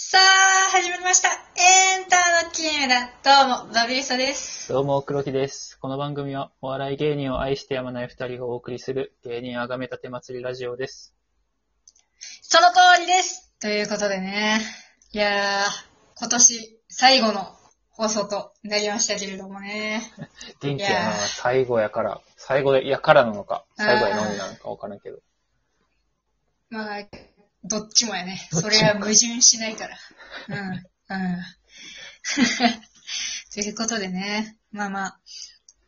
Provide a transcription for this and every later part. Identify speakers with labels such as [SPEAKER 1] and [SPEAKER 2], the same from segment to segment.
[SPEAKER 1] 始まりました。エンターのキームラ。どうも、バビリソです。
[SPEAKER 2] どうも、黒木です。この番組は、お笑い芸人を愛してやまない二人がお送りする、芸人あがめたて祭りラジオです。
[SPEAKER 1] その通りです。ということでね。いやー、今年最後の放送となりましたけれどもね。
[SPEAKER 2] 元気や
[SPEAKER 1] いや
[SPEAKER 2] な
[SPEAKER 1] ー
[SPEAKER 2] 最後やから。最後やからなのか、最後やのみなのかわからんけど。
[SPEAKER 1] まあ、どっちもやね。それは矛盾しないから。うん、うん。ということでね。まあまあ、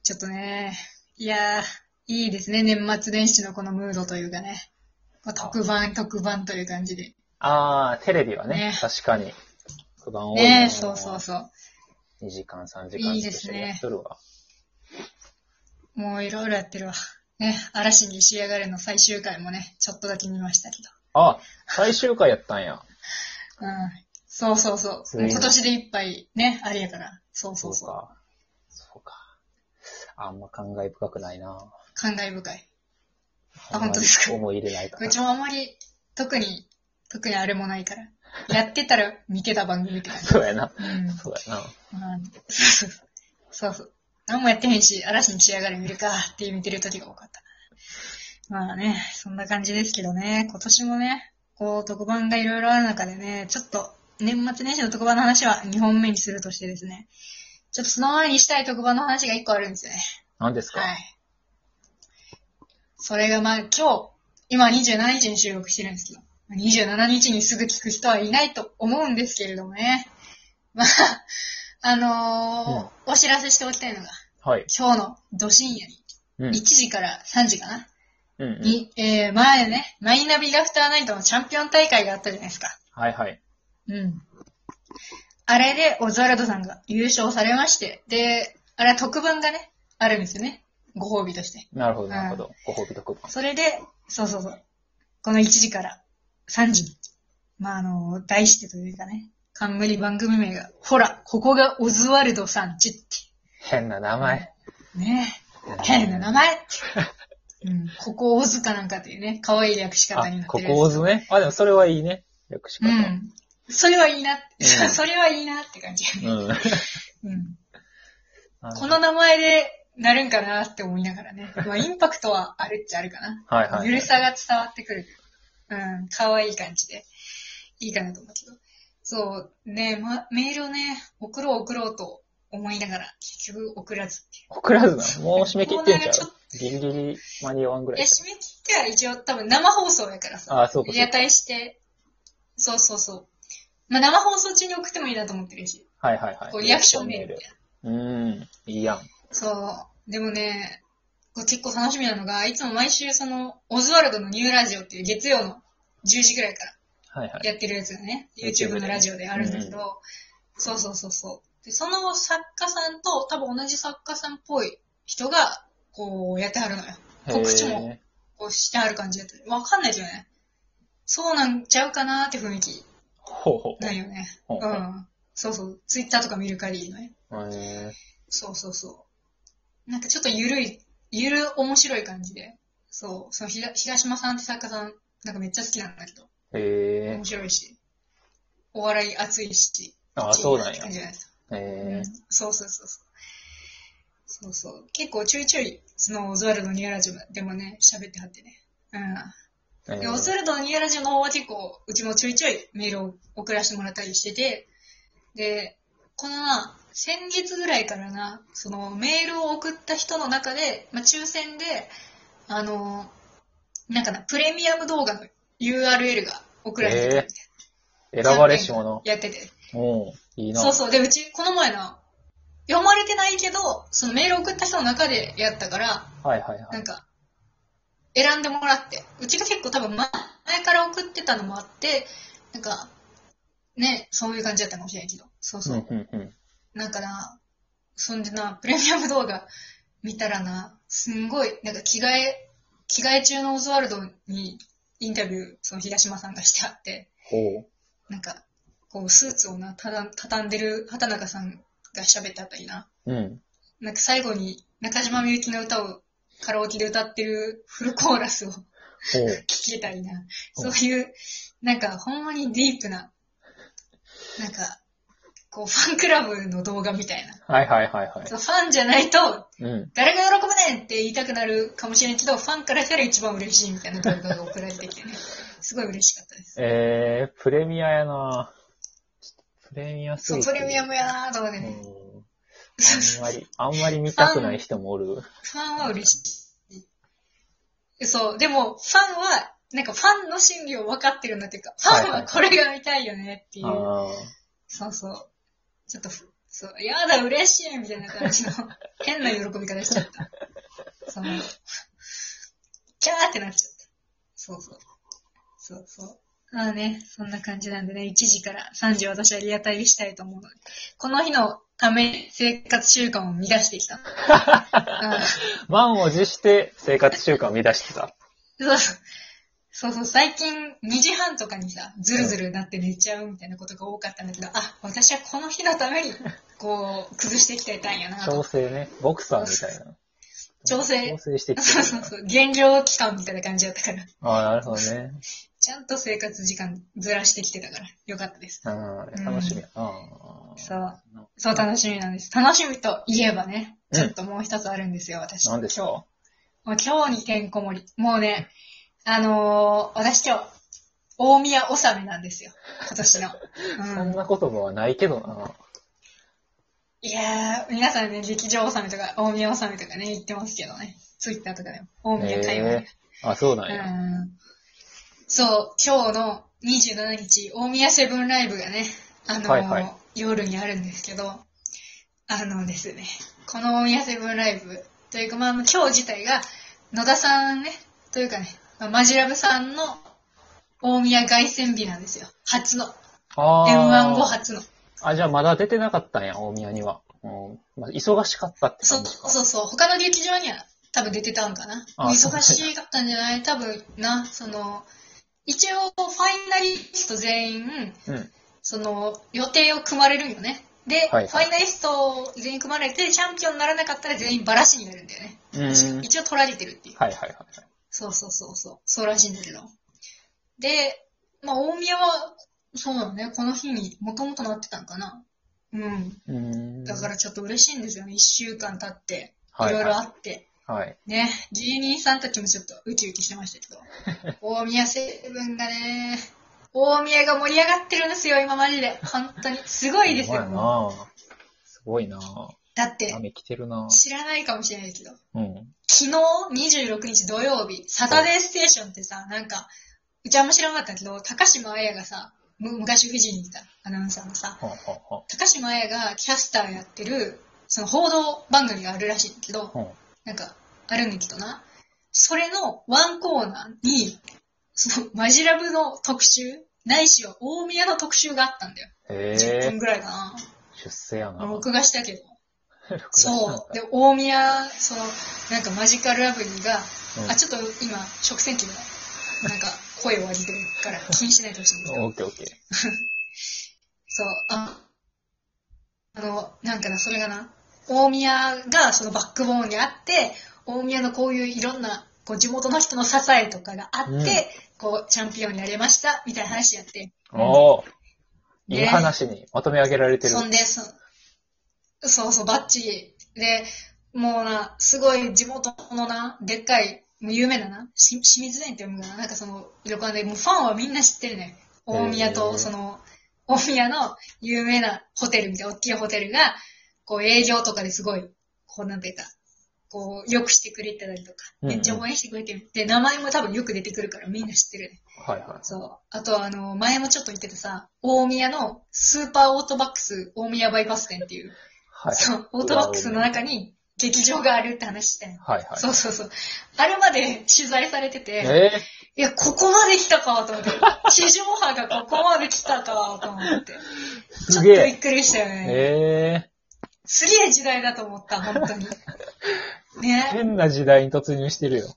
[SPEAKER 1] ちょっとね。いやー、いいですね。年末年始のこのムードというかね。まあ特番、特番という感じで。
[SPEAKER 2] あー、テレビはね、
[SPEAKER 1] ね
[SPEAKER 2] 確かに。不番多い
[SPEAKER 1] ねそうそうそう。
[SPEAKER 2] う。2時間、3時間
[SPEAKER 1] いいですね
[SPEAKER 2] やっとるわ。
[SPEAKER 1] もういろいろやってるわ。ね、嵐に仕上がれの最終回もね、ちょっとだけ見ましたけ
[SPEAKER 2] あ、最終回やったんや。
[SPEAKER 1] ど。うん。そうそうそう。
[SPEAKER 2] つい
[SPEAKER 1] もう
[SPEAKER 2] に
[SPEAKER 1] 今年でいっぱいね、あれやから。そうそうそう。
[SPEAKER 2] か。そうか。あんま感慨深くないな
[SPEAKER 1] 感慨深い。あ
[SPEAKER 2] んま
[SPEAKER 1] 本
[SPEAKER 2] り
[SPEAKER 1] 当ですか
[SPEAKER 2] 思い入れないから
[SPEAKER 1] うち。もあんまり、特に、特にあれもないから。やってたら見てた番組って感じ。
[SPEAKER 2] そうやな。
[SPEAKER 1] うん。
[SPEAKER 2] そうやな。
[SPEAKER 1] まあそうそう そうそう。何もやってへんし、嵐に仕上がれ見るかって見てる時が多かった。まあね、そんな感じですけどね、今年もね、こう特番がいろいろある中でね、ちょっと年末年始の特番の話は2本目にするとしてですね、ちょっとその前にしたい特番の話が1個あるんですよね。
[SPEAKER 2] 何ですか、
[SPEAKER 1] はい。それがまあ今日、今27日に収録してるんですけど、27日にすぐ聞く人はいないと思うんですけれどもね。まあ、あのーお知らせしておきたいのが、
[SPEAKER 2] はい。
[SPEAKER 1] 今日のど深夜に、
[SPEAKER 2] うん
[SPEAKER 1] 1時から3時かな、
[SPEAKER 2] うんうん
[SPEAKER 1] に、えー、前ね、マイナビラフターナイトのチャンピオン大会があったじゃないですか。
[SPEAKER 2] はいはい。
[SPEAKER 1] うん。あれでオズワルドさんが優勝されまして、で、あれは特番がね、あるんですよね。ご褒美として。
[SPEAKER 2] なるほど、なるほど。ご褒美特番。
[SPEAKER 1] それで、そうそうそう。この1時から3時に、まあ、あの、題してというかね、冠番組名が、ほら、ここがオズワルドさんちっ
[SPEAKER 2] 変な名前。
[SPEAKER 1] て。ねえ。変な名前って。 うん、ここオズかなんかっていうね、可愛い略し方になって
[SPEAKER 2] あ、こ
[SPEAKER 1] るやつ
[SPEAKER 2] こオズね。あ、でもそれはいいね。略し
[SPEAKER 1] う
[SPEAKER 2] 方。
[SPEAKER 1] ん。それはいいな、
[SPEAKER 2] う ん
[SPEAKER 1] それはいいなって感じ。
[SPEAKER 2] うん。
[SPEAKER 1] うん。
[SPEAKER 2] あ
[SPEAKER 1] この、名前でなるんかなって思いながらね。まあ、インパクトはあるっちゃあるかな。
[SPEAKER 2] はいは
[SPEAKER 1] ゆる
[SPEAKER 2] い。
[SPEAKER 1] さが伝わってくる。うん、可愛い感じで。いいかなと思うけど。そう、ね、ま、メールをね、送ろう送ろうと思いながら、結局送らずってい
[SPEAKER 2] 送らずな。もう締め切ってん
[SPEAKER 1] コーナー
[SPEAKER 2] ちゃ
[SPEAKER 1] がちょっと
[SPEAKER 2] う。ギリギリ間に合わんぐ
[SPEAKER 1] う。
[SPEAKER 2] ら
[SPEAKER 1] いや、
[SPEAKER 2] い。
[SPEAKER 1] 締め切っては一応多分生放送やからさ、
[SPEAKER 2] あ、そうか。そう
[SPEAKER 1] 屋
[SPEAKER 2] か
[SPEAKER 1] 台して、そうそうそう。まあ、生放送中に送ってもいいなと思ってるし、
[SPEAKER 2] はいはいはい。
[SPEAKER 1] こうリアクションメールみたいな。
[SPEAKER 2] うん。いいやん。
[SPEAKER 1] そう。でもね、こう結構楽しみなのが、いつも毎週その、オズワルドのニューラジオっていう月曜の10時くらいから、
[SPEAKER 2] はいはい。
[SPEAKER 1] やってるやつがね、
[SPEAKER 2] YouTube
[SPEAKER 1] YouTube
[SPEAKER 2] で
[SPEAKER 1] のラジオであるんだけど、
[SPEAKER 2] う
[SPEAKER 1] そうそうそうそう。で、その作家さんと、多分同じ作家さんっぽい人が、こう、やってはるのよ。告知も
[SPEAKER 2] へー。
[SPEAKER 1] こうしてはる感じだったり。わかんないけどね。そうなんちゃうかなーって雰囲気
[SPEAKER 2] ほうほう
[SPEAKER 1] なんよね。
[SPEAKER 2] ほう
[SPEAKER 1] う
[SPEAKER 2] ほう。
[SPEAKER 1] ん。そうそう。Twitter とか見る限りのね。
[SPEAKER 2] へー
[SPEAKER 1] そうそうそう。なんかちょっとゆるい、ゆる面白い感じで。そう。そのひら、東島さんって作家さん、なんかめっちゃ好きなんだけど。
[SPEAKER 2] へ
[SPEAKER 1] 面白いし。お笑い熱いし。
[SPEAKER 2] あそうなんや
[SPEAKER 1] って感じじゃないですか
[SPEAKER 2] ー
[SPEAKER 1] う
[SPEAKER 2] へ
[SPEAKER 1] んそうそうそうそう。そうそう。結構ちょいちょい、その、オズワルドのニアラジオでもね、喋ってはってね。
[SPEAKER 2] ー
[SPEAKER 1] うん。
[SPEAKER 2] へ
[SPEAKER 1] で、オズ
[SPEAKER 2] ー
[SPEAKER 1] ワルドのニアラジオの方は結構、うちもちょいちょいメールを送らせてもらったりしてて、で、このな、先月ぐらいからな、その、メールを送った人の中で、まあ、抽選で、あの、なんかな、プレミアム動画の URL が送られてくるみたいな。
[SPEAKER 2] 選ばれし者。
[SPEAKER 1] やってて。
[SPEAKER 2] うん。いいな。
[SPEAKER 1] そうそう。で、うち、この前な、読まれてないけど、そのメール送った人の中でやったから、
[SPEAKER 2] はいはい
[SPEAKER 1] な
[SPEAKER 2] は
[SPEAKER 1] ん
[SPEAKER 2] い。
[SPEAKER 1] か、選んでもらって。うちが結構多分前前から送ってたのもあって、なんか、ね、そういう感じだったかもしれないけど。そう
[SPEAKER 2] う
[SPEAKER 1] そ
[SPEAKER 2] ん
[SPEAKER 1] う。
[SPEAKER 2] うんうん。
[SPEAKER 1] なんかな、そんでな、プレミアム動画見たらな、すんごい、なんか着替え、着替え中のオズワルドにインタビュー、その東島さんがしてあって、
[SPEAKER 2] ほ
[SPEAKER 1] なんか、こう、スーツをな、ただ、畳んでる畑中さんが喋ってあったりな。
[SPEAKER 2] う。うん。
[SPEAKER 1] なんか最後に中島みゆきの歌をカラオケで歌ってるフルコーラスを聴
[SPEAKER 2] ほう。
[SPEAKER 1] けたりな。そういう、なんかほんまにディープな、なんか、こう、ファンクラブの動画みたいな。
[SPEAKER 2] はいはいはいは
[SPEAKER 1] そうファンじゃないと、
[SPEAKER 2] い。うん。
[SPEAKER 1] 誰が喜ぶねんって言いたくなるかもしれんけど、ファンからしたら一番嬉しいみたいな動画が送られてきてね。すごい嬉しかったです。
[SPEAKER 2] えー、プレミアやなちょっとプレミアす
[SPEAKER 1] そ
[SPEAKER 2] ぎ
[SPEAKER 1] う、
[SPEAKER 2] て
[SPEAKER 1] プレミアムやなと思って
[SPEAKER 2] うん
[SPEAKER 1] ね。
[SPEAKER 2] あんまり、あんまり見たくない人もおる。
[SPEAKER 1] ファンは嬉しい。そう、でも、ファンは、なんかファンの心理を分かってるんだっていうか、ファンはこれが見たいよね っていう。
[SPEAKER 2] あ
[SPEAKER 1] そうそう。ちょっとふ、そう、やだ、嬉しいみたいな感じの変な喜び方しちゃった。その、キャーってなっちゃった。そうそう。そうそう。まあね、そんな感じなんでね、1時から3時私はリアタイしたいと思うので、この日のため生活習慣を乱して きた。うん
[SPEAKER 2] ー満を持して生活習慣を乱してた。
[SPEAKER 1] そうそう。そうそう、最近2時半とかにさ、ずるずるなって寝ちゃうみたいなことが多かったんだけど、あ、私はこの日のために、こう、崩してきてたんやな
[SPEAKER 2] 調
[SPEAKER 1] と。
[SPEAKER 2] 整ね。ボクサーみたいな。
[SPEAKER 1] 調整
[SPEAKER 2] 調整してき
[SPEAKER 1] そう
[SPEAKER 2] て
[SPEAKER 1] そう
[SPEAKER 2] る。
[SPEAKER 1] そう、減量期間みたいな感じだったから、
[SPEAKER 2] ああ、なるほどね。
[SPEAKER 1] ちゃんと生活時間ずらしてきてたから、よかったです。
[SPEAKER 2] うん、楽しみやな
[SPEAKER 1] そう、そう楽しみなんです。楽しみといえばね、
[SPEAKER 2] うん
[SPEAKER 1] ちょっともう一つあるんですよ、私。
[SPEAKER 2] 何です
[SPEAKER 1] 今日
[SPEAKER 2] か
[SPEAKER 1] もう今日にてんこ盛り。もうね、あのー私今日、大宮納めなんですよ、今 年の。
[SPEAKER 2] そ
[SPEAKER 1] うん
[SPEAKER 2] んな言葉はないけどない
[SPEAKER 1] やー、皆さんね、劇場納めとか、大宮納めとかね、言ってますけどね。ツイッターとかでも、大宮会話で。
[SPEAKER 2] あ、そうなんや。
[SPEAKER 1] うん。そう、今日の27日、大宮セブンライブがね、あのー
[SPEAKER 2] はいはい
[SPEAKER 1] 夜にあるんですけど、あのですね、この大宮セブンライブ、というか、まあ、今日自体が、野田さんね、というかね、まあマジラブさんの大宮凱旋日なんですよ。初の。
[SPEAKER 2] あ
[SPEAKER 1] M1 後初の。
[SPEAKER 2] あ、じゃあまだ出てなかったんや、大宮には。うんまあ、忙しかったって
[SPEAKER 1] そう
[SPEAKER 2] 感じか。
[SPEAKER 1] そうそう、他の劇場には多分出てたんかな。
[SPEAKER 2] あ
[SPEAKER 1] 忙しかったんじゃない多分な、その、一応ファイナリスト全員、
[SPEAKER 2] うん。
[SPEAKER 1] その、予定を組まれるんよね。で、
[SPEAKER 2] はいはい
[SPEAKER 1] ファイナリスト全員組まれて、チャンピオンにならなかったら全員バラシになるんだよね。
[SPEAKER 2] うん。はいはい
[SPEAKER 1] 一応取られてるっていう。
[SPEAKER 2] はいはい。
[SPEAKER 1] そうそうそうそう。そうらしいんだけど。で、まあ、大宮は、そうだね、この日にもともとなってたんかな。うん。
[SPEAKER 2] うん。
[SPEAKER 1] だからちょっと嬉しいんですよね。一週間経って、
[SPEAKER 2] はいいは
[SPEAKER 1] ろ
[SPEAKER 2] い
[SPEAKER 1] いろあって。
[SPEAKER 2] はい。
[SPEAKER 1] ね、芸人さんたちもちょっとウキウキしてましたけど、 大宮セブンがね、大宮が盛り上がってるんですよ、今マジで。本当に。すごいですよ。
[SPEAKER 2] ほん
[SPEAKER 1] もう
[SPEAKER 2] まやなすごいな
[SPEAKER 1] だって、
[SPEAKER 2] 雨来てるな
[SPEAKER 1] 知らないかもしれないけど、
[SPEAKER 2] うん。
[SPEAKER 1] 昨日26日土曜日、サタデーステーションってさ、なんか、うちあんま知らなかったけど、高島彩がさ、む昔富士にいたアナウンサーのさ、
[SPEAKER 2] はあ、はあは
[SPEAKER 1] 高島彩がキャスターやってる、その報道番組があるらしいんだけど、
[SPEAKER 2] あ、うん。
[SPEAKER 1] なんか、あるんだけどな。それのワンコーナーに、その、マジラブの特集、ないしは大宮の特集があったんだよ。
[SPEAKER 2] へ
[SPEAKER 1] 10分
[SPEAKER 2] え
[SPEAKER 1] ぐらいかな。
[SPEAKER 2] 出世やな
[SPEAKER 1] 録画したけど。そう。
[SPEAKER 2] 録
[SPEAKER 1] で、大宮、その、なんかマジカルラブリーが、
[SPEAKER 2] 画したん
[SPEAKER 1] あ、
[SPEAKER 2] か
[SPEAKER 1] ちょっと今、食洗機の、なんか、声を上げてるから気にしないでほしいんだけ
[SPEAKER 2] うん。
[SPEAKER 1] ど。
[SPEAKER 2] オッケーオッケー。
[SPEAKER 1] そう、あ、あの、なんかな、それがな、大宮がそのバックボーンにあって、大宮のこういういろんな、こう地元の人の支えとかがあって、
[SPEAKER 2] うん
[SPEAKER 1] こう、チャンピオンになれました、みたいな話やって。
[SPEAKER 2] おーい
[SPEAKER 1] ね
[SPEAKER 2] い話にまとめ上げられてる
[SPEAKER 1] そ。んで、そそうそう、バッチリ。で、もうな、すごい地元のな、でっかい、もう有名なな、し清水園って読むのかな、なんかその旅館で、もうファンはみんな知ってるね。大宮
[SPEAKER 2] へ
[SPEAKER 1] と、
[SPEAKER 2] ー
[SPEAKER 1] その、大宮の有名なホテルみたいな、大きいホテルが、こう営業とかですごい、こうなんていうか、こう、よくしてくれてたりとか、
[SPEAKER 2] うんう
[SPEAKER 1] め
[SPEAKER 2] ん
[SPEAKER 1] っちゃ応援してくれてる。で、名前も多分よく出てくるからみんな知ってるね。
[SPEAKER 2] はいは
[SPEAKER 1] そう。あとは、あの、前もちょっと言ってたさ、大宮のスーパーオートバックス大宮バイパス店っていう、
[SPEAKER 2] い。
[SPEAKER 1] そう、オートバックスの中に劇場があるって話してん。
[SPEAKER 2] はいはい。
[SPEAKER 1] そうそうそう。あれまで取材されてて、
[SPEAKER 2] えー
[SPEAKER 1] いや、ここまで来たかと思 って、地上波がここまで来たかと思って、ちょ
[SPEAKER 2] す
[SPEAKER 1] っと
[SPEAKER 2] げ
[SPEAKER 1] びっ
[SPEAKER 2] え。
[SPEAKER 1] くりしたよね。
[SPEAKER 2] えー
[SPEAKER 1] すげえ時代だと思った、本当に。ね。
[SPEAKER 2] 変な時代に突入してるよ。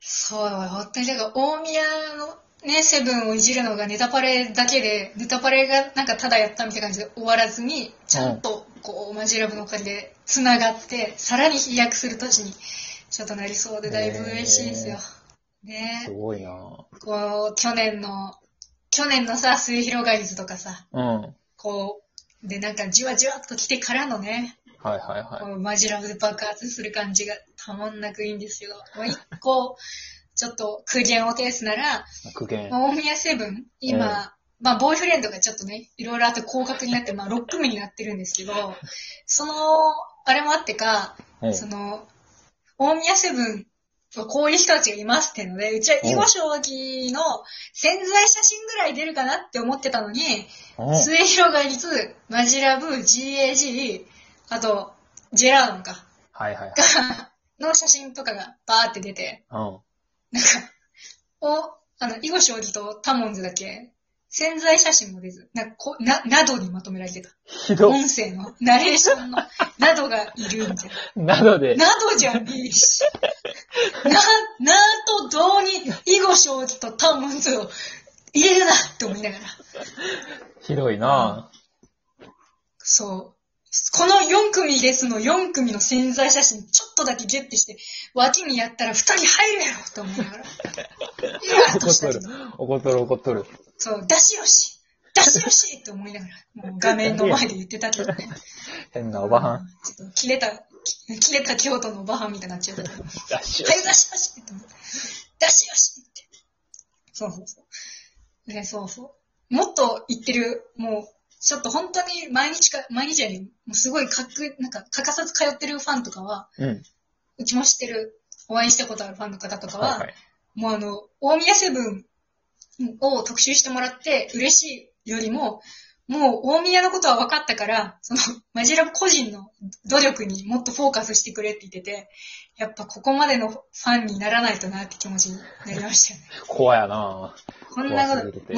[SPEAKER 1] そう、本当に、だから大宮のね、セブンをいじるのがネタパレだけで、ネタパレがなんかただやったみたいな感じで終わらずに、ちゃんとこう、マジラブのおかげで繋がって、さらに飛躍する年に、ちょっとなりそうで、だいぶ嬉しいですよ。ね
[SPEAKER 2] すごいなぁ
[SPEAKER 1] こう、去年の、去年のさ、末広がりずとかさ、
[SPEAKER 2] うん。はい
[SPEAKER 1] こう、で、なんかじわじわっと来てからのね、
[SPEAKER 2] はいは
[SPEAKER 1] こうマジラブで爆発する感じがたまんなくいいんですけど、もう一個、ちょっと苦言を呈すなら、
[SPEAKER 2] い。苦言。
[SPEAKER 1] まあ、大宮セブン、今、
[SPEAKER 2] うん
[SPEAKER 1] まあ、ボーイフレンドがちょっとね、いろいろあって降格になって、まあ、6組になってるんですけど、その、あれもあってか、
[SPEAKER 2] うん
[SPEAKER 1] その、大宮セブンはこういう人たちがいますってので、うちは囲碁将棋の潜在写真ぐらい出るかなって思ってたのに、
[SPEAKER 2] うん
[SPEAKER 1] 末広がりつ、マジラブ、GAG、あと、ジェラードンか、
[SPEAKER 2] はいはい
[SPEAKER 1] の写真とかがバーって出て、
[SPEAKER 2] はい。
[SPEAKER 1] を、あの、囲碁将棋とタモンズだけ、潜在写真も出ず、なんかこな、などにまとめられてた。
[SPEAKER 2] うん。ひどっ。
[SPEAKER 1] 音声の、ナレーションの、などがいるみたい
[SPEAKER 2] なので、
[SPEAKER 1] な。などじゃねえし。 な、なと同に、囲碁将棋とタモンズを入れるなって思いながら。
[SPEAKER 2] ひどいな
[SPEAKER 1] そう。この4組ですの4組の潜在写真、ちょっとだけゲッてして、脇にやったら2人入るやろって思いながら。イラッと
[SPEAKER 2] 怒っ
[SPEAKER 1] したけ
[SPEAKER 2] とる
[SPEAKER 1] ど。。
[SPEAKER 2] 怒っとる怒っとる。
[SPEAKER 1] そう、出しよし出しよしって思いながら、もう画面の前で言ってたけどね。
[SPEAKER 2] 変 なおばはん。
[SPEAKER 1] ちょっと切れた、き切れた京都のおばはんみたいになっちゃう から、は
[SPEAKER 2] ダッシュ
[SPEAKER 1] い、出しよしって思って。出しよしって。そうそうそう。ね、そうそう。もっと言ってる、もう、ちょっと本当に毎日か、毎日やねん、もうすごいかく、なんか欠かさず通ってるファンとかは、
[SPEAKER 2] うん。
[SPEAKER 1] うちも知ってる、お会いしたことあるファンの方とかは、
[SPEAKER 2] はいはい。
[SPEAKER 1] もうあの、大宮セブンを特集してもらって嬉しいよりも、もう大宮のことは分かったから、その、 マジラブ個人の努力にもっとフォーカスしてくれって言ってて、やっぱここまでのファンにならないとなって気持ちになりましたよね。
[SPEAKER 2] 怖やな
[SPEAKER 1] こんな
[SPEAKER 2] 怖
[SPEAKER 1] こ
[SPEAKER 2] す
[SPEAKER 1] と
[SPEAKER 2] ぎ、て。